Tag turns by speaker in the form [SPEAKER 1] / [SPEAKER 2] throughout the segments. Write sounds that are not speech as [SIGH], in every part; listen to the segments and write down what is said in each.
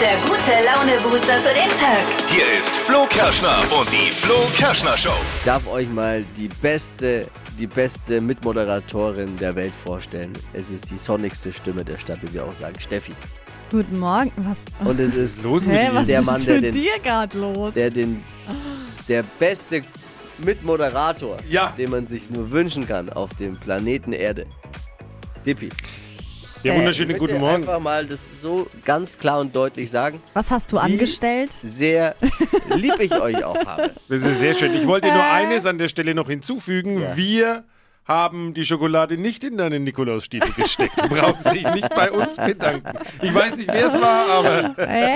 [SPEAKER 1] der gute Laune-Booster für den Tag.
[SPEAKER 2] Hier ist Flo Kerschner und die Flo Kerschner Show.
[SPEAKER 3] darf euch mal die beste, die beste Mitmoderatorin der Welt vorstellen. Es ist die sonnigste Stimme der Stadt, wie wir auch sagen, Steffi.
[SPEAKER 4] Guten Morgen. Was,
[SPEAKER 3] Und es ist
[SPEAKER 4] hä, was
[SPEAKER 3] der
[SPEAKER 4] ist
[SPEAKER 3] Mann, der
[SPEAKER 4] mit
[SPEAKER 3] den,
[SPEAKER 4] dir gerade los?
[SPEAKER 3] der den, der beste Mitmoderator,
[SPEAKER 5] Ja.
[SPEAKER 3] den man sich nur wünschen kann auf dem Planeten Erde. Dippi.
[SPEAKER 5] Ja, wunderschönen
[SPEAKER 3] Ich
[SPEAKER 5] guten
[SPEAKER 3] möchte
[SPEAKER 5] Morgen.
[SPEAKER 3] Einfach mal das so ganz klar und deutlich sagen.
[SPEAKER 4] was hast du
[SPEAKER 3] Wie?
[SPEAKER 4] angestellt?
[SPEAKER 3] [LAUGHS] Sehr lieb ich euch auch habe.
[SPEAKER 5] Das ist sehr schön. Ich wollte nur eines an der Stelle noch hinzufügen. Wir haben die Schokolade nicht in deinen Nikolausstiefel gesteckt. Du brauchst dich nicht bei uns bedanken. Ich weiß nicht, wer es war,
[SPEAKER 4] [LAUGHS]
[SPEAKER 5] aber
[SPEAKER 4] Äh?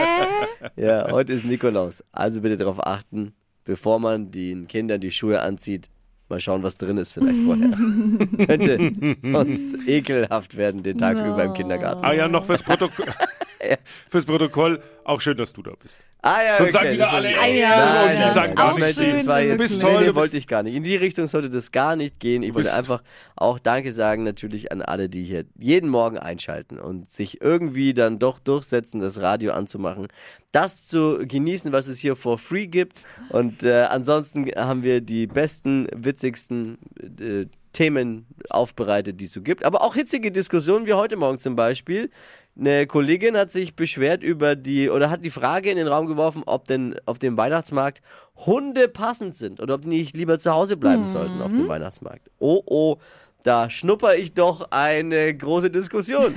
[SPEAKER 3] Ja, heute ist Nikolaus. Also bitte darauf achten, bevor man den Kindern die Schuhe anzieht, mal schauen, was drin ist vielleicht vorher. Könnte sonst ekelhaft werden den Tag über im Kindergarten.
[SPEAKER 5] ah ja, noch fürs Protokoll. Fürs Protokoll, auch schön, dass du da bist.
[SPEAKER 3] Ah ja,
[SPEAKER 5] Sonst sagen
[SPEAKER 3] okay,
[SPEAKER 5] wieder
[SPEAKER 3] das
[SPEAKER 5] alle,
[SPEAKER 3] wollte ich-
[SPEAKER 5] ey,
[SPEAKER 4] ja,
[SPEAKER 5] und die
[SPEAKER 4] das
[SPEAKER 5] sagen
[SPEAKER 4] ist
[SPEAKER 5] gar
[SPEAKER 4] auch
[SPEAKER 5] nicht.
[SPEAKER 4] schön,
[SPEAKER 3] das war
[SPEAKER 4] wenn
[SPEAKER 3] jetzt,
[SPEAKER 4] du
[SPEAKER 5] bist
[SPEAKER 3] nee,
[SPEAKER 5] toll,
[SPEAKER 3] nee,
[SPEAKER 5] du
[SPEAKER 3] wollte
[SPEAKER 5] bist-
[SPEAKER 3] ich gar nicht. In die Richtung sollte das gar nicht gehen. Ich wollte
[SPEAKER 5] bist-
[SPEAKER 3] einfach auch Danke sagen natürlich an alle, die hier jeden Morgen einschalten und sich irgendwie dann doch durchsetzen, das Radio anzumachen, das zu genießen, was es hier for free gibt. Und äh, ansonsten haben wir die besten, witzigsten äh, Themen aufbereitet, die es so gibt. Aber auch hitzige Diskussionen wie heute Morgen zum Beispiel. Eine Kollegin hat sich beschwert über die oder hat die Frage in den Raum geworfen, ob denn auf dem Weihnachtsmarkt Hunde passend sind oder ob die nicht lieber zu Hause bleiben sollten auf dem Weihnachtsmarkt. Oh oh, da schnupper ich doch eine große Diskussion.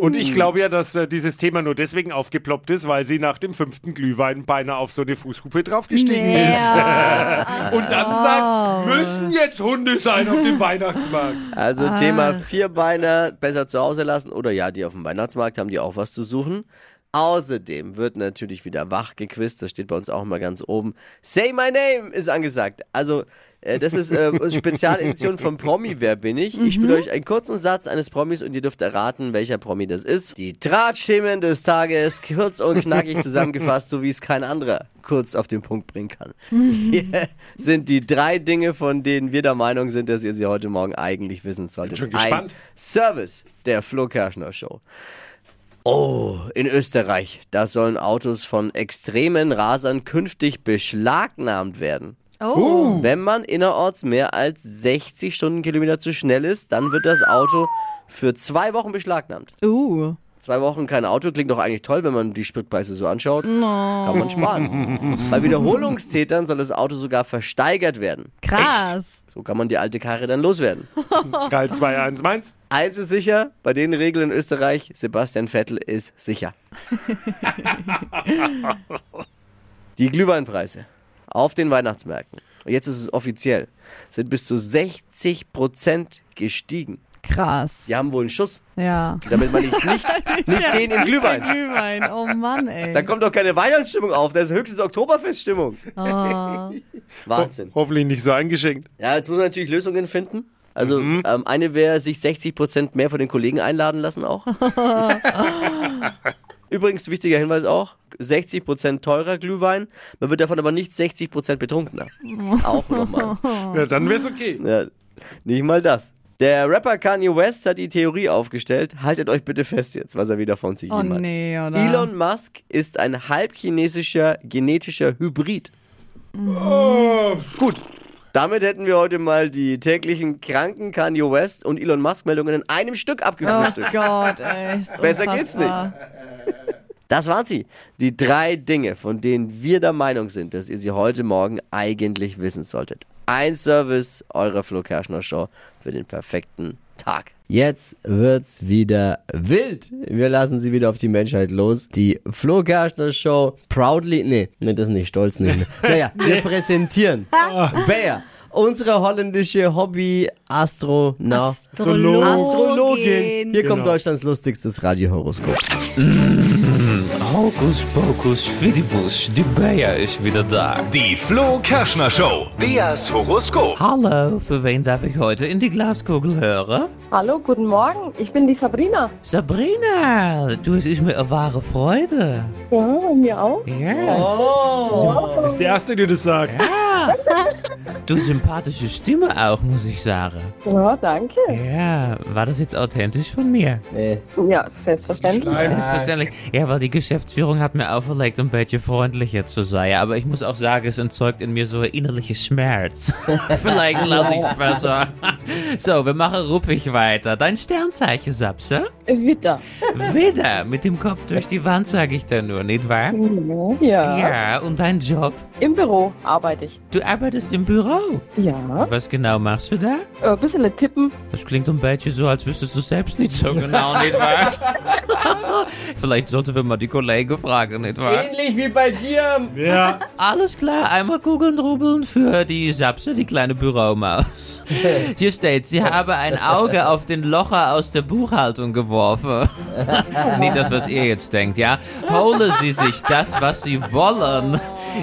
[SPEAKER 5] Und ich glaube ja, dass äh, dieses Thema nur deswegen aufgeploppt ist, weil sie nach dem fünften Glühwein beinahe auf so eine Fußhupe draufgestiegen ist. Und dann sagt, müssen jetzt Hunde sein auf dem Weihnachtsmarkt.
[SPEAKER 3] Also Thema Vierbeiner besser zu Hause lassen oder ja, die auf dem Weihnachtsmarkt haben die auch was zu suchen. Außerdem wird natürlich wieder wach gequizt, das steht bei uns auch mal ganz oben. Say my name ist angesagt. Also äh, das ist äh, Spezialedition von Promi Wer bin ich? Ich spiele euch einen kurzen Satz eines Promis und ihr dürft erraten, welcher Promi das ist. Die Drahtschemen des Tages, kurz und knackig zusammengefasst, so wie es kein anderer kurz auf den Punkt bringen kann. Hier [LAUGHS] sind die drei Dinge, von denen wir der Meinung sind, dass ihr sie heute Morgen eigentlich wissen solltet.
[SPEAKER 5] Bin schon gespannt.
[SPEAKER 3] Ein Service der Flo Kerschner Show. Oh, in Österreich, da sollen Autos von extremen Rasern künftig beschlagnahmt werden.
[SPEAKER 4] [LAUGHS] Oh.
[SPEAKER 3] Wenn man innerorts mehr als 60 Stundenkilometer zu schnell ist, dann wird das Auto für zwei Wochen beschlagnahmt.
[SPEAKER 4] Uh.
[SPEAKER 3] Zwei Wochen kein Auto klingt doch eigentlich toll, wenn man die Spritpreise so anschaut. Kann man sparen. Bei Wiederholungstätern soll das Auto sogar versteigert werden.
[SPEAKER 4] Krass.
[SPEAKER 3] So kann man die alte Karre dann loswerden.
[SPEAKER 5] 3, 2, 1, halt meins.
[SPEAKER 3] Eins ist sicher, bei den Regeln in Österreich, Sebastian Vettel ist sicher. Die Glühweinpreise auf den Weihnachtsmärkten, und jetzt ist es offiziell, sind bis zu 60 Prozent gestiegen.
[SPEAKER 4] Krass.
[SPEAKER 3] Die haben wohl einen Schuss,
[SPEAKER 4] [LAUGHS] Ja.
[SPEAKER 3] damit man nicht, nicht, nicht den im
[SPEAKER 4] Der
[SPEAKER 3] Glühwein.
[SPEAKER 4] Glühwein. Oh Mann, ey.
[SPEAKER 3] Da kommt doch keine Weihnachtsstimmung auf, da ist höchstens Oktoberfeststimmung. Wahnsinn.
[SPEAKER 5] Hoffentlich nicht so eingeschenkt.
[SPEAKER 3] Ja, jetzt muss man natürlich Lösungen finden. Also ähm, eine wäre, sich 60% mehr von den Kollegen einladen lassen auch. Übrigens, wichtiger Hinweis auch, 60% teurer Glühwein, man wird davon aber nicht 60% betrunkener. Auch nochmal.
[SPEAKER 5] Ja, dann wär's okay.
[SPEAKER 3] Oh. Ja, nicht mal das. Der Rapper Kanye West hat die Theorie aufgestellt, haltet euch bitte fest jetzt, was er wieder von sich
[SPEAKER 4] oh
[SPEAKER 3] jemand.
[SPEAKER 4] nee, oder?
[SPEAKER 3] Elon Musk ist ein halbchinesischer genetischer Hybrid. Gut. Damit hätten wir heute mal die täglichen kranken Kanye West und Elon Musk Meldungen in einem Stück
[SPEAKER 4] Oh
[SPEAKER 3] abgefrühstückt.
[SPEAKER 4] Gott, ey. ist
[SPEAKER 3] [LAUGHS] Besser geht's
[SPEAKER 4] unfassbar.
[SPEAKER 3] Das waren sie. Die drei Dinge, von denen wir der Meinung sind, dass ihr sie heute Morgen eigentlich wissen solltet. Ein Service eurer Flo Kerschner Show für den perfekten Tag. Jetzt wird's wieder wild. Wir lassen sie wieder auf die Menschheit los. Die Flo Kerschner Show proudly, nee, nee, das nicht, stolz nicht.
[SPEAKER 5] [LAUGHS]
[SPEAKER 3] Naja, wir präsentieren
[SPEAKER 5] Ah.
[SPEAKER 3] Bea, unsere holländische Hobby-Astronaut.
[SPEAKER 5] Astrologin.
[SPEAKER 3] Astrologin. Hier kommt
[SPEAKER 5] Genau.
[SPEAKER 3] Deutschlands lustigstes Radiohoroskop.
[SPEAKER 6] Hocus pocus fidibus, die Bea is wieder da.
[SPEAKER 2] Die Flo Kerschner Show. Beas Horoskop.
[SPEAKER 6] Hallo, für wen darf ich heute in die Glaskugel hören?
[SPEAKER 7] Hallo, guten Morgen. Ich bin die Sabrina.
[SPEAKER 6] Sabrina, du, es ist mir eine wahre Freude.
[SPEAKER 7] Ja, bei mir auch.
[SPEAKER 6] Ja.
[SPEAKER 5] Ist der Erste, der das sagt.
[SPEAKER 6] Du sympathische Stimme auch, muss ich sagen.
[SPEAKER 7] Ja, danke.
[SPEAKER 6] Ja, war das jetzt authentisch von mir?
[SPEAKER 3] Nee.
[SPEAKER 7] Ja, selbstverständlich.
[SPEAKER 6] Selbstverständlich. Ja, weil die Geschäftsführung hat mir auferlegt, ein bisschen freundlicher zu sein. Aber ich muss auch sagen, es entzeugt in mir so innerliche Schmerz. Vielleicht lasse ich es besser. so, wir machen ruppig weiter. Dein Sternzeichen, Sapse?
[SPEAKER 7] Äh, Wieder.
[SPEAKER 6] Wieder mit dem Kopf durch die Wand, sage ich da nur, nicht wahr?
[SPEAKER 7] Ja.
[SPEAKER 6] Ja, und dein Job?
[SPEAKER 7] Im Büro arbeite ich.
[SPEAKER 6] Du arbeitest im Büro.
[SPEAKER 7] Ja.
[SPEAKER 6] Was genau machst du da?
[SPEAKER 7] Äh, Ein bisschen tippen.
[SPEAKER 6] Das klingt ein bisschen so, als wüsstest du selbst nicht so genau, nicht wahr? Vielleicht sollten wir mal die Kollegen fragen, nicht wahr?
[SPEAKER 3] Ähnlich wie bei dir.
[SPEAKER 5] Ja.
[SPEAKER 6] Alles klar, einmal googeln, rubbeln für die Sapse, die kleine Büromaus. Hier steht, sie habe ein Auge auf den Locher aus der Buchhaltung geworfen. Nicht das, was ihr jetzt denkt, ja? Hole sie sich das, was sie wollen.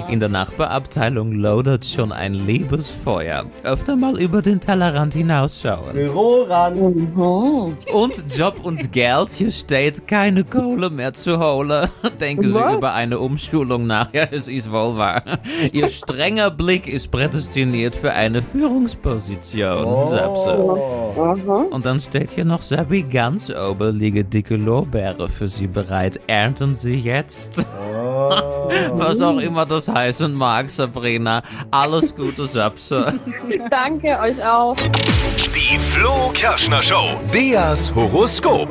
[SPEAKER 6] In der Nachbarabteilung lodert schon ein Lebensfeuer. Öfter mal über den Tellerrand hinausschauen.
[SPEAKER 3] Büro ran.
[SPEAKER 7] Mhm.
[SPEAKER 6] Und Job und Geld, hier steht keine Kohle mehr zu holen. [LAUGHS] Denken Sie
[SPEAKER 7] Was?
[SPEAKER 6] über eine Umschulung nach. Ja, es ist wohl wahr. Ihr strenger Blick ist prädestiniert für eine Führungsposition, Sapse.
[SPEAKER 7] Mhm.
[SPEAKER 6] Und dann steht hier noch Sabi, ganz oben liegen dicke Lorbeere für Sie bereit. Ernten Sie jetzt. [LAUGHS] Was auch immer das heißen mag, Sabrina. Alles Gute, Sapse.
[SPEAKER 7] Danke euch auch.
[SPEAKER 2] Die Flo Kerschner Show. Beas Horoskop.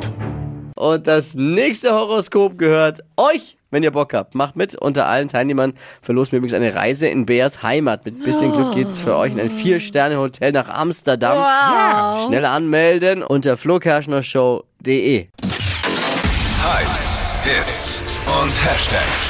[SPEAKER 3] Und das nächste Horoskop gehört euch. Wenn ihr Bock habt, macht mit. Unter allen Teilnehmern verlosen wir übrigens eine Reise in Beas Heimat. Mit bisschen Glück geht's für euch in ein Vier-Sterne-Hotel nach Amsterdam.
[SPEAKER 4] Wow.
[SPEAKER 3] Schnell anmelden unter flokerschnershow.de.
[SPEAKER 2] Hypes, Hits und Hashtags.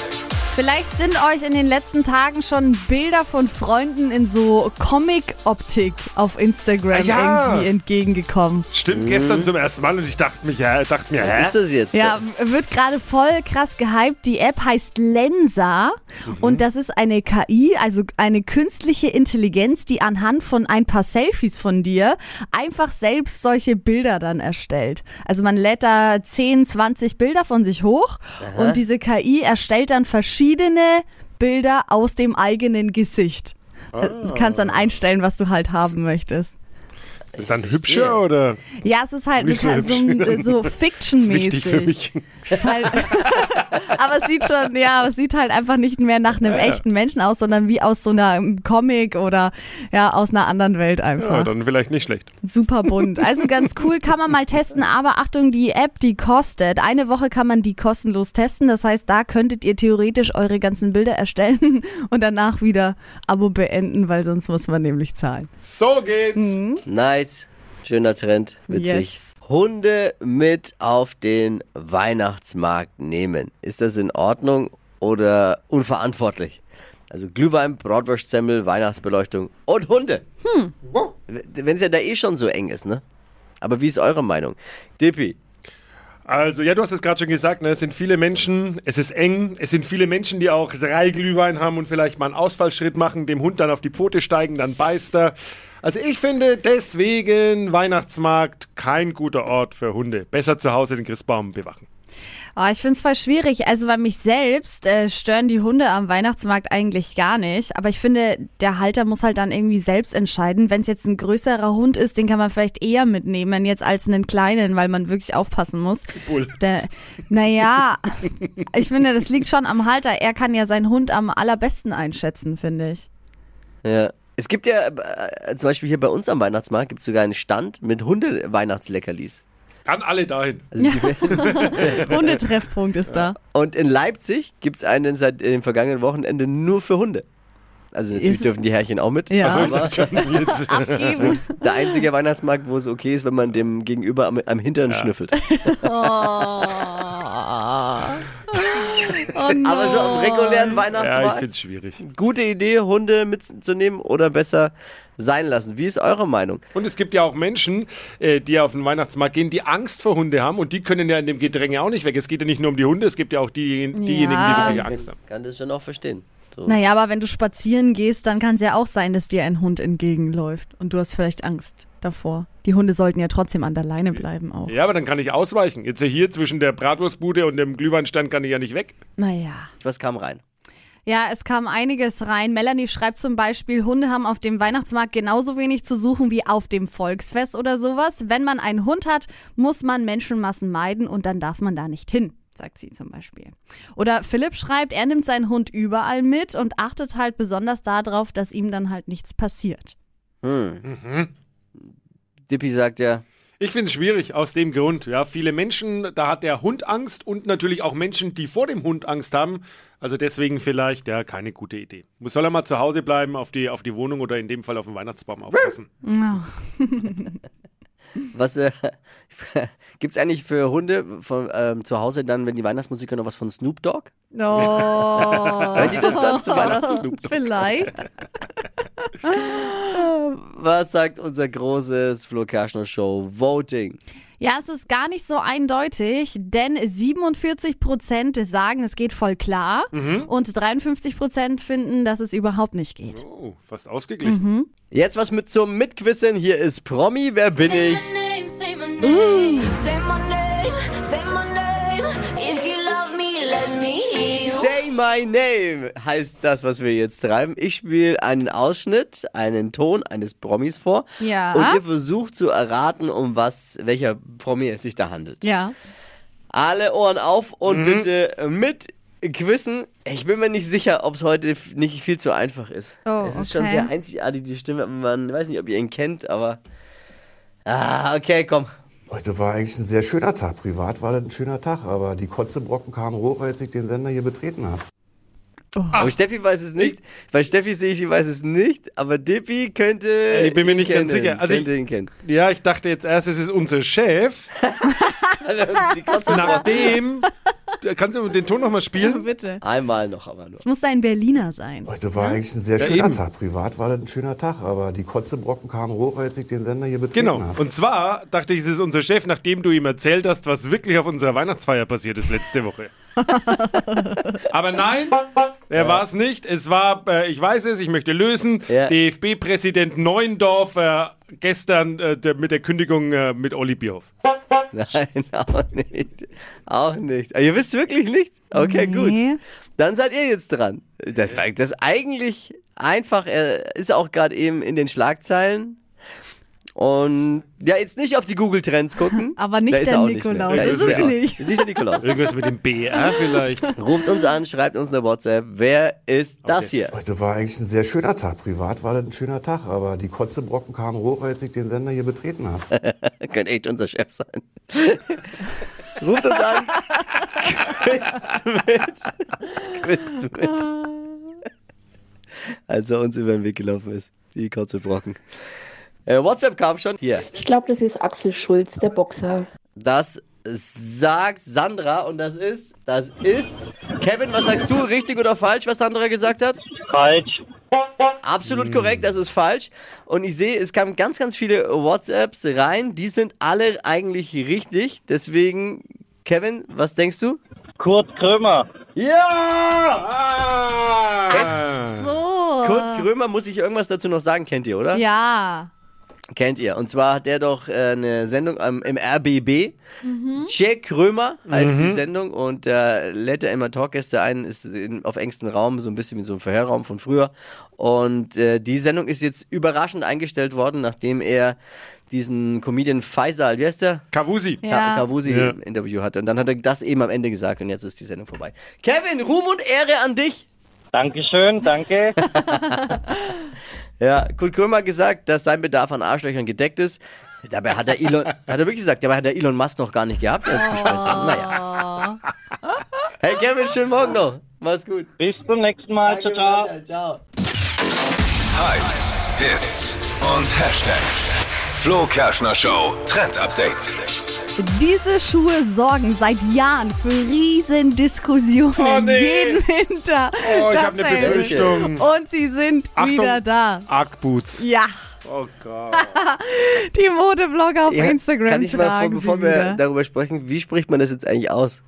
[SPEAKER 4] Vielleicht sind euch in den letzten Tagen schon Bilder von Freunden in so Comic-Optik auf
[SPEAKER 3] Ah,
[SPEAKER 4] Instagram
[SPEAKER 5] Ja.
[SPEAKER 4] irgendwie entgegengekommen.
[SPEAKER 5] Stimmt, gestern zum ersten Mal und ich dachte, mich, ja, dachte mir, hä?
[SPEAKER 3] Was ist das jetzt?
[SPEAKER 4] Ja, wird gerade voll krass gehypt. Die App heißt Lensa
[SPEAKER 5] Mhm.
[SPEAKER 4] und das ist eine KI, also eine künstliche Intelligenz, die anhand von ein paar Selfies von dir einfach selbst solche Bilder dann erstellt. Also man lädt da 10, 20 Bilder von sich hoch und diese KI erstellt dann verschiedene Bilder aus dem eigenen Gesicht. Äh,
[SPEAKER 5] Ah.
[SPEAKER 4] Du kannst dann einstellen, was du halt haben möchtest.
[SPEAKER 5] Ist das dann hübscher oder?
[SPEAKER 4] Ja, es ist halt
[SPEAKER 5] Nicht so
[SPEAKER 4] so,
[SPEAKER 5] hübsch.
[SPEAKER 4] ein- so
[SPEAKER 5] Das [LAUGHS] ist
[SPEAKER 4] fiction-mäßig.
[SPEAKER 5] wichtig für mich.
[SPEAKER 4] Ist halt, [LAUGHS] aber es sieht schon, ja, aber es sieht halt einfach nicht mehr nach einem echten Menschen aus, sondern wie aus so einer ähm, Comic oder ja, aus einer anderen Welt
[SPEAKER 5] Ja,
[SPEAKER 4] einfach.
[SPEAKER 5] dann vielleicht nicht schlecht.
[SPEAKER 4] Super bunt. Also ganz cool, kann man mal testen, aber Achtung, die App, die kostet. Eine Woche kann man die kostenlos testen. Das heißt, da könntet ihr theoretisch eure ganzen Bilder erstellen [LAUGHS] und danach wieder Abo beenden, weil sonst muss man nämlich zahlen.
[SPEAKER 5] So geht's.
[SPEAKER 3] Nice. Schöner Trend. Witzig. Hunde mit auf den Weihnachtsmarkt nehmen. Ist das in Ordnung oder unverantwortlich? Also Glühwein, Bratwurstsemmel, Weihnachtsbeleuchtung und Hunde. Hm. Wenn es ja da eh schon so eng ist, ne? Aber wie ist eure Meinung? Dippi,
[SPEAKER 5] Also, ja, du hast es gerade schon gesagt, ne? es sind viele Menschen, es ist eng, es sind viele Menschen, die auch drei Glühwein haben und vielleicht mal einen Ausfallschritt machen, dem Hund dann auf die Pfote steigen, dann beißt er. Also ich finde deswegen Weihnachtsmarkt kein guter Ort für Hunde. Besser zu Hause den Christbaum bewachen.
[SPEAKER 4] Oh, ich finde es voll schwierig. Also bei mich selbst äh, stören die Hunde am Weihnachtsmarkt eigentlich gar nicht. Aber ich finde, der Halter muss halt dann irgendwie selbst entscheiden. Wenn es jetzt ein größerer Hund ist, den kann man vielleicht eher mitnehmen jetzt als einen kleinen, weil man wirklich aufpassen muss.
[SPEAKER 5] Bull.
[SPEAKER 4] Der, naja, ich finde, das liegt schon am Halter. Er kann ja seinen Hund am allerbesten einschätzen, finde ich.
[SPEAKER 3] Ja. Es gibt ja äh, zum Beispiel hier bei uns am Weihnachtsmarkt gibt es sogar einen Stand mit Hunde-Weihnachtsleckerlis.
[SPEAKER 5] Dann alle dahin.
[SPEAKER 3] Also die,
[SPEAKER 4] Hundetreffpunkt ist da.
[SPEAKER 3] Und in Leipzig gibt es einen seit dem vergangenen Wochenende nur für Hunde. Also natürlich
[SPEAKER 4] Ist-
[SPEAKER 3] dürfen die Herrchen auch mit.
[SPEAKER 4] Ja.
[SPEAKER 5] Also ich
[SPEAKER 3] Aber
[SPEAKER 5] dachte schon, jetzt.
[SPEAKER 4] Eben.
[SPEAKER 3] der einzige Weihnachtsmarkt, wo es okay ist, wenn man dem gegenüber am, am Hintern
[SPEAKER 4] [LAUGHS]
[SPEAKER 3] schnüffelt. [LAUGHS]
[SPEAKER 4] Oh,
[SPEAKER 3] Aber so am regulären
[SPEAKER 5] Ja, ich
[SPEAKER 3] Weihnachtsmarkt.
[SPEAKER 5] finde es schwierig.
[SPEAKER 3] Gute Idee, Hunde mitzunehmen oder besser sein lassen. Wie ist eure Meinung?
[SPEAKER 5] Und es gibt ja auch Menschen, äh, die auf den Weihnachtsmarkt gehen, die Angst vor Hunde haben und die können ja in dem Gedränge auch nicht weg. Es geht ja nicht nur um die Hunde, es gibt ja auch die, diejenigen,
[SPEAKER 4] Ja.
[SPEAKER 5] die wirklich Angst haben.
[SPEAKER 3] Kann das schon auch verstehen. So.
[SPEAKER 4] Naja, aber wenn du spazieren gehst, dann kann es ja auch sein, dass dir ein Hund entgegenläuft und du hast vielleicht Angst davor. Die Hunde sollten ja trotzdem an der Leine bleiben auch.
[SPEAKER 5] Ja, aber dann kann ich ausweichen. Jetzt hier zwischen der Bratwurstbude und dem Glühweinstand kann ich ja nicht weg.
[SPEAKER 4] Naja.
[SPEAKER 3] Was kam rein?
[SPEAKER 4] Ja, es kam einiges rein. Melanie schreibt zum Beispiel, Hunde haben auf dem Weihnachtsmarkt genauso wenig zu suchen wie auf dem Volksfest oder sowas. Wenn man einen Hund hat, muss man Menschenmassen meiden und dann darf man da nicht hin. Sagt sie zum Beispiel. Oder Philipp schreibt, er nimmt seinen Hund überall mit und achtet halt besonders darauf, dass ihm dann halt nichts passiert.
[SPEAKER 3] Dippi sagt ja,
[SPEAKER 5] Ich finde es schwierig aus dem Grund. Ja, viele Menschen, da hat der Hund Angst und natürlich auch Menschen, die vor dem Hund Angst haben. Also deswegen vielleicht ja keine gute Idee. Muss soll er mal zu Hause bleiben, auf die, auf die Wohnung oder in dem Fall auf den Weihnachtsbaum aufpassen.
[SPEAKER 3] was äh, [LAUGHS] gibt's eigentlich für Hunde von, ähm, zu Hause dann, wenn die Weihnachtsmusiker noch was von Snoop Dogg? [LAUGHS]
[SPEAKER 4] Oh,
[SPEAKER 3] Hören die das dann zu Weihnachten?
[SPEAKER 4] vielleicht.
[SPEAKER 3] Was sagt unser großes Flo Kerschner Show Voting?
[SPEAKER 4] Ja, es ist gar nicht so eindeutig, denn 47 Prozent sagen, es geht voll klar
[SPEAKER 3] Mhm.
[SPEAKER 4] und 53 Prozent finden, dass es überhaupt nicht geht.
[SPEAKER 5] Oh, fast ausgeglichen.
[SPEAKER 3] Jetzt was mit zum Mitquissen. Hier ist Promi. Wer bin ich?
[SPEAKER 8] Say my name, say my name. If you love me, let me hear you.
[SPEAKER 3] Say my name heißt das, was wir jetzt treiben. Ich spiele einen Ausschnitt, einen Ton eines Promis vor.
[SPEAKER 4] Ja.
[SPEAKER 3] Und ihr versucht zu erraten, um was, welcher Promi es sich da handelt.
[SPEAKER 4] Ja.
[SPEAKER 3] Alle Ohren auf
[SPEAKER 5] Mhm.
[SPEAKER 3] und bitte mitquissen. Ich bin mir nicht sicher, ob es heute f- nicht viel zu einfach ist.
[SPEAKER 4] Oh,
[SPEAKER 3] es ist
[SPEAKER 4] okay.
[SPEAKER 3] schon sehr einzigartig, die Stimme. Man weiß nicht, ob ihr ihn kennt, aber. Ah, okay, komm.
[SPEAKER 9] Heute war eigentlich ein sehr schöner Tag. Privat war das ein schöner Tag, aber die Kotzebrocken kamen hoch, als ich den Sender hier betreten habe.
[SPEAKER 5] Ah.
[SPEAKER 3] Aber Steffi weiß es nicht. Bei Steffi sehe ich, sie weiß es nicht. Aber Dippi könnte.
[SPEAKER 5] Ich bin mir
[SPEAKER 3] ihn
[SPEAKER 5] nicht
[SPEAKER 3] kennen,
[SPEAKER 5] ganz sicher. Also ich-
[SPEAKER 3] könnte ihn kennen. [LAUGHS]
[SPEAKER 5] Ja, ich dachte jetzt erst, es ist unser Chef.
[SPEAKER 3] Also, Die Katze
[SPEAKER 5] Nachdem. Kannst du den Ton nochmal spielen?
[SPEAKER 4] Bitte.
[SPEAKER 3] Einmal noch, aber nur.
[SPEAKER 4] Es muss ein Berliner sein.
[SPEAKER 3] Äh.
[SPEAKER 9] Heute war eigentlich ein sehr schöner
[SPEAKER 5] eben.
[SPEAKER 9] Tag. Privat war das ein schöner Tag, aber die Kotzebrocken kamen hoch, als ich den Sender hier betreten
[SPEAKER 5] Genau.
[SPEAKER 9] habe.
[SPEAKER 5] Und zwar dachte ich, es ist unser Chef, nachdem du ihm erzählt hast, was wirklich auf unserer Weihnachtsfeier passiert ist letzte Woche.
[SPEAKER 4] [LAUGHS]
[SPEAKER 5] Aber nein, er war es nicht. Es war, äh, ich weiß es, ich möchte lösen.
[SPEAKER 3] Ja.
[SPEAKER 5] DFB-Präsident Neuendorf äh, gestern äh, der, mit der Kündigung äh, mit Olli Bierhoff.
[SPEAKER 3] Nein, [LAUGHS] auch nicht. Auch nicht. Ah, Ihr wisst wirklich nicht? Okay,
[SPEAKER 4] Nee.
[SPEAKER 3] gut. Dann seid ihr jetzt dran. Das, war- das eigentlich einfach äh, ist auch gerade eben in den Schlagzeilen. Und ja, jetzt nicht auf die Google Trends gucken.
[SPEAKER 4] [LAUGHS] Aber nicht
[SPEAKER 3] Da ist
[SPEAKER 4] der
[SPEAKER 3] er auch
[SPEAKER 4] Nikolaus.
[SPEAKER 3] Nicht mehr. Da
[SPEAKER 5] Ist es
[SPEAKER 3] er auch-
[SPEAKER 4] nicht. [LAUGHS]
[SPEAKER 3] Ist nicht der Nikolaus.
[SPEAKER 5] Irgendwas mit dem BR vielleicht.
[SPEAKER 3] Ruft uns an, schreibt uns eine WhatsApp. Wer ist das hier?
[SPEAKER 9] Heute war eigentlich ein sehr schöner Tag. Privat war das ein schöner Tag, aber die Kotzebrocken kamen hoch, als ich den Sender hier betreten habe.
[SPEAKER 3] Könnte echt unser Chef sein. [LAUGHS] Ruft uns an. Quizt mit. Quizt mit. Als er Also uns über den Weg gelaufen ist. Die kurze Brocken. Äh, WhatsApp kam schon. Hier.
[SPEAKER 10] Ich glaube, das ist Axel Schulz, der Boxer.
[SPEAKER 3] Das sagt Sandra und das ist, das ist. Kevin, was sagst du? Richtig oder falsch, was Sandra gesagt hat?
[SPEAKER 11] Falsch.
[SPEAKER 3] Absolut korrekt, das ist falsch. Und ich sehe, es kamen ganz, ganz viele WhatsApps rein. Die sind alle eigentlich richtig. Deswegen, Kevin, was denkst du?
[SPEAKER 11] Kurt Krömer.
[SPEAKER 5] Ja!
[SPEAKER 4] So.
[SPEAKER 3] Kurt Grömer, muss ich irgendwas dazu noch sagen? Kennt ihr, oder?
[SPEAKER 4] Ja.
[SPEAKER 3] Kennt ihr. Und zwar hat der doch äh, eine Sendung am- im RBB. Jack Krömer heißt die Sendung und äh, lädt da immer Talkgäste ein, ist in, auf engstem Raum, so ein bisschen wie so ein Verhörraum von früher. Und äh, die Sendung ist jetzt überraschend eingestellt worden, nachdem er diesen Comedian Faisal, wie heißt der?
[SPEAKER 5] Kavusi.
[SPEAKER 3] Ka-
[SPEAKER 4] Ja.
[SPEAKER 3] Kawusi
[SPEAKER 5] Ja.
[SPEAKER 3] im Interview hatte. Und dann hat er das eben am Ende gesagt und jetzt ist die Sendung vorbei. Kevin, Ruhm und Ehre an dich!
[SPEAKER 11] Dankeschön, danke.
[SPEAKER 3] Ja, Kurt Krömer hat gesagt, dass sein Bedarf an Arschlöchern gedeckt ist. Dabei hat er Elon, hat er wirklich gesagt, dabei hat er Elon Musk noch gar nicht gehabt als Gesprächspartner. Naja.
[SPEAKER 4] Oh.
[SPEAKER 3] Hey Kevin, schönen Morgen noch. Mach's gut.
[SPEAKER 11] Bis zum nächsten Mal. Ciao, ciao.
[SPEAKER 3] ciao.
[SPEAKER 2] Hypes, Hits und Hashtags. Flo Kerschner Show Trend Update.
[SPEAKER 4] Diese Schuhe sorgen seit Jahren für riesen Diskussionen
[SPEAKER 5] Oh, nee.
[SPEAKER 4] jeden Winter.
[SPEAKER 5] Oh, ich
[SPEAKER 4] Das
[SPEAKER 5] habe eine
[SPEAKER 4] hält.
[SPEAKER 5] Befürchtung.
[SPEAKER 4] Und sie sind
[SPEAKER 5] Achtung.
[SPEAKER 4] wieder da.
[SPEAKER 5] Arc-Boots.
[SPEAKER 4] Ja.
[SPEAKER 5] Oh Gott.
[SPEAKER 4] Die Modeblogger auf Instagram
[SPEAKER 3] Kann ich mal, vor,
[SPEAKER 4] fragen
[SPEAKER 3] bevor
[SPEAKER 4] sie
[SPEAKER 3] wir
[SPEAKER 4] wieder.
[SPEAKER 3] darüber sprechen, wie spricht man das jetzt eigentlich aus?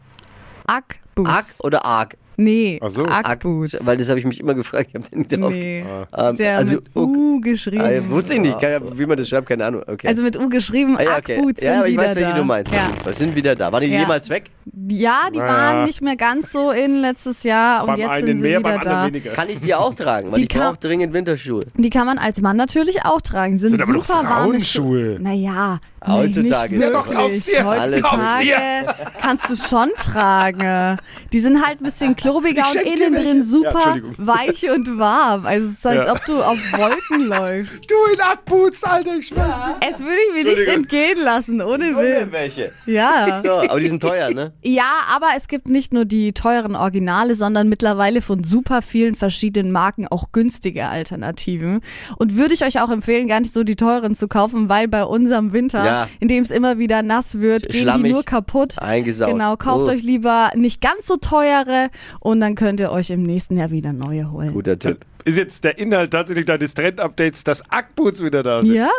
[SPEAKER 4] Ack Boots.
[SPEAKER 3] Arg oder Arg?
[SPEAKER 4] Nee,
[SPEAKER 3] Ach so.
[SPEAKER 4] Ackboots.
[SPEAKER 3] Weil das habe ich mich immer gefragt. Ich habe den nicht drauf.
[SPEAKER 4] Nee.
[SPEAKER 3] Ähm,
[SPEAKER 4] Ist ja
[SPEAKER 3] also,
[SPEAKER 4] mit U geschrieben.
[SPEAKER 3] Ah, ja, wusste ich nicht, keine, wie man das schreibt, keine Ahnung. Okay.
[SPEAKER 4] Also mit U geschrieben,
[SPEAKER 3] Ah, ja, okay.
[SPEAKER 4] Ackboots sind
[SPEAKER 3] ja, aber ich
[SPEAKER 4] wieder
[SPEAKER 3] weiß, welche
[SPEAKER 4] da.
[SPEAKER 3] du meinst.
[SPEAKER 4] Ja.
[SPEAKER 3] auf jeden Fall. Sind wieder da. Waren die
[SPEAKER 4] Ja.
[SPEAKER 3] jemals weg?
[SPEAKER 4] Ja, die
[SPEAKER 3] Naja.
[SPEAKER 4] waren nicht mehr ganz so in letztes Jahr und jetzt sind sie wieder da.
[SPEAKER 3] Kann ich die auch tragen, weil
[SPEAKER 4] Die
[SPEAKER 3] ich
[SPEAKER 4] kann-
[SPEAKER 3] brauche dringend Winterschuhe.
[SPEAKER 4] Die kann man als Mann natürlich auch tragen. Sind,
[SPEAKER 3] Sind aber doch
[SPEAKER 4] super warme
[SPEAKER 3] Frauenschuhe.
[SPEAKER 4] Schu- Naja, nee,
[SPEAKER 3] Ah, Heutzutage
[SPEAKER 4] nicht
[SPEAKER 3] ist doch
[SPEAKER 4] wirklich.
[SPEAKER 3] alles- Ja, doch, kauf's dir, kauf's
[SPEAKER 4] Heutzutage
[SPEAKER 3] dir.
[SPEAKER 4] kannst du schon tragen. Die sind halt ein bisschen klobiger
[SPEAKER 12] Ich
[SPEAKER 4] und
[SPEAKER 12] schenk dir
[SPEAKER 4] innen
[SPEAKER 12] welche.
[SPEAKER 4] drin super
[SPEAKER 12] Entschuldigung.
[SPEAKER 4] weich und warm. Also es ist, als
[SPEAKER 12] Ja.
[SPEAKER 4] ob du auf Wolken [LAUGHS] läufst.
[SPEAKER 5] Du in Ackboots, Alter, ich schwör's. Ja.
[SPEAKER 4] Es würde ich mir nicht
[SPEAKER 3] Entschuldigung.
[SPEAKER 4] entgehen lassen, ohne Witz.
[SPEAKER 3] Welche?
[SPEAKER 4] Ja.
[SPEAKER 3] So, aber die sind teuer, ne?
[SPEAKER 4] Ja, aber es gibt nicht nur die teuren Originale, sondern mittlerweile von super vielen verschiedenen Marken auch günstige Alternativen. Und würde ich euch auch empfehlen, gar nicht so die teuren zu kaufen, weil bei unserem Winter,
[SPEAKER 3] Ja.
[SPEAKER 4] in dem es immer wieder nass wird, gehen
[SPEAKER 3] Schlammig.
[SPEAKER 4] die nur kaputt.
[SPEAKER 3] Eingesaut.
[SPEAKER 4] Genau, kauft
[SPEAKER 3] Oh.
[SPEAKER 4] euch lieber nicht ganz so teure und dann könnt ihr euch im nächsten Jahr wieder neue
[SPEAKER 3] [LAUGHS]
[SPEAKER 4] holen.
[SPEAKER 3] Guter Tipp.
[SPEAKER 5] Ist jetzt der Inhalt tatsächlich deines Trend-Updates, dass Ackboots wieder da sind?
[SPEAKER 4] Ja?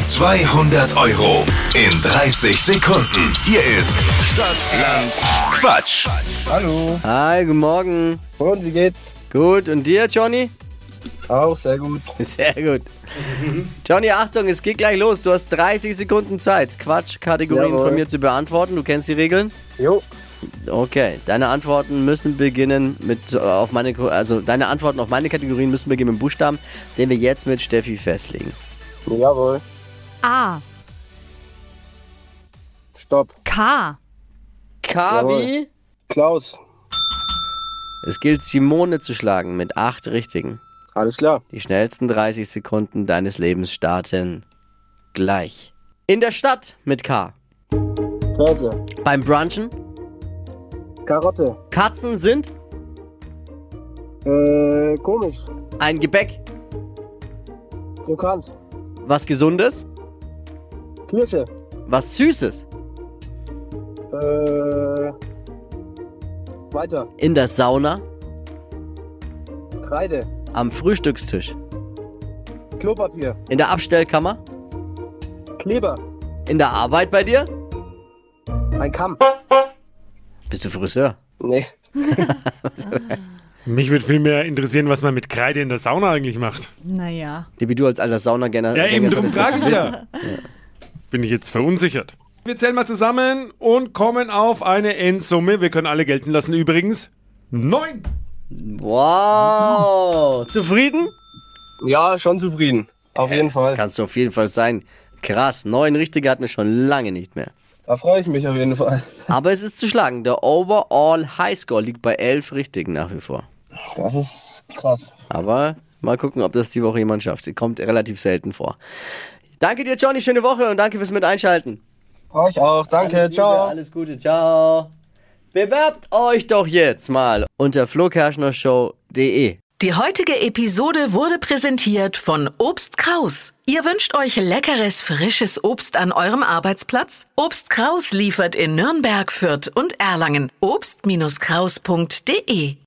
[SPEAKER 2] 200 Euro in 30 Sekunden. Hier ist Stadtland Quatsch.
[SPEAKER 3] Hallo. Hi, guten Morgen. Und wie geht's? Gut, und dir, Johnny? Auch sehr gut. Sehr gut. Johnny, Achtung, es geht gleich los. Du hast 30 Sekunden Zeit, Quatsch-Kategorien
[SPEAKER 13] Jawohl.
[SPEAKER 3] von mir zu beantworten. Du kennst die Regeln? Jo. Okay, deine Antworten müssen beginnen mit äh, auf meine Ko- also deine Antworten auf meine Kategorien müssen beginnen mit dem Buchstaben, den wir jetzt mit Steffi festlegen. Jawohl.
[SPEAKER 4] A.
[SPEAKER 3] Stopp.
[SPEAKER 4] K.
[SPEAKER 3] Kabi. Klaus. Es gilt, Simone zu schlagen mit acht Richtigen. Alles klar. Die schnellsten 30 Sekunden deines Lebens starten gleich. In der Stadt mit K. Käse. Beim Brunchen. Karotte. Katzen sind. Äh, komisch. Ein Gebäck. Krokant. Was Gesundes. Kirsche. Was Süßes.
[SPEAKER 13] Äh, weiter.
[SPEAKER 3] In der Sauna.
[SPEAKER 13] Kreide.
[SPEAKER 3] Am Frühstückstisch.
[SPEAKER 13] Klopapier.
[SPEAKER 3] In der Abstellkammer.
[SPEAKER 13] Kleber.
[SPEAKER 3] In der Arbeit bei dir?
[SPEAKER 13] Ein Kamm.
[SPEAKER 3] Bist du Friseur?
[SPEAKER 13] Nee.
[SPEAKER 5] Mich würde viel mehr interessieren, was man mit Kreide in der Sauna eigentlich macht.
[SPEAKER 4] Naja.
[SPEAKER 3] Debi, du als alter Sauna gerne.
[SPEAKER 5] Ja, eben, drum frage ich ja.
[SPEAKER 3] Bin ich jetzt verunsichert?
[SPEAKER 5] Wir zählen mal zusammen und kommen auf eine Endsumme. Wir können alle gelten lassen übrigens. Neun.
[SPEAKER 3] Wow. Zufrieden?
[SPEAKER 13] Ja, schon zufrieden.
[SPEAKER 3] Auf jeden Fall. Kannst du auf jeden Fall sein. Krass, neun Richtige hatten wir schon lange nicht mehr.
[SPEAKER 13] Da freue ich mich auf jeden Fall.
[SPEAKER 3] Aber es ist zu schlagen. Der Overall Highscore liegt bei elf Richtigen nach wie vor.
[SPEAKER 13] Das ist krass.
[SPEAKER 3] Aber mal gucken, ob das die Woche jemand schafft. Sie kommt relativ selten vor. Danke dir, Johnny. Schöne Woche und danke fürs Mit einschalten.
[SPEAKER 13] Euch auch. Danke.
[SPEAKER 3] Alles Liebe,
[SPEAKER 13] ciao.
[SPEAKER 3] Alles Gute. Ciao. Bewerbt euch doch jetzt mal unter flokerschnershow.de.
[SPEAKER 14] Die heutige Episode wurde präsentiert von Obst Kraus. Ihr wünscht euch leckeres, frisches Obst an eurem Arbeitsplatz? Obst Kraus liefert in Nürnberg, Fürth und Erlangen. Obst-Kraus.de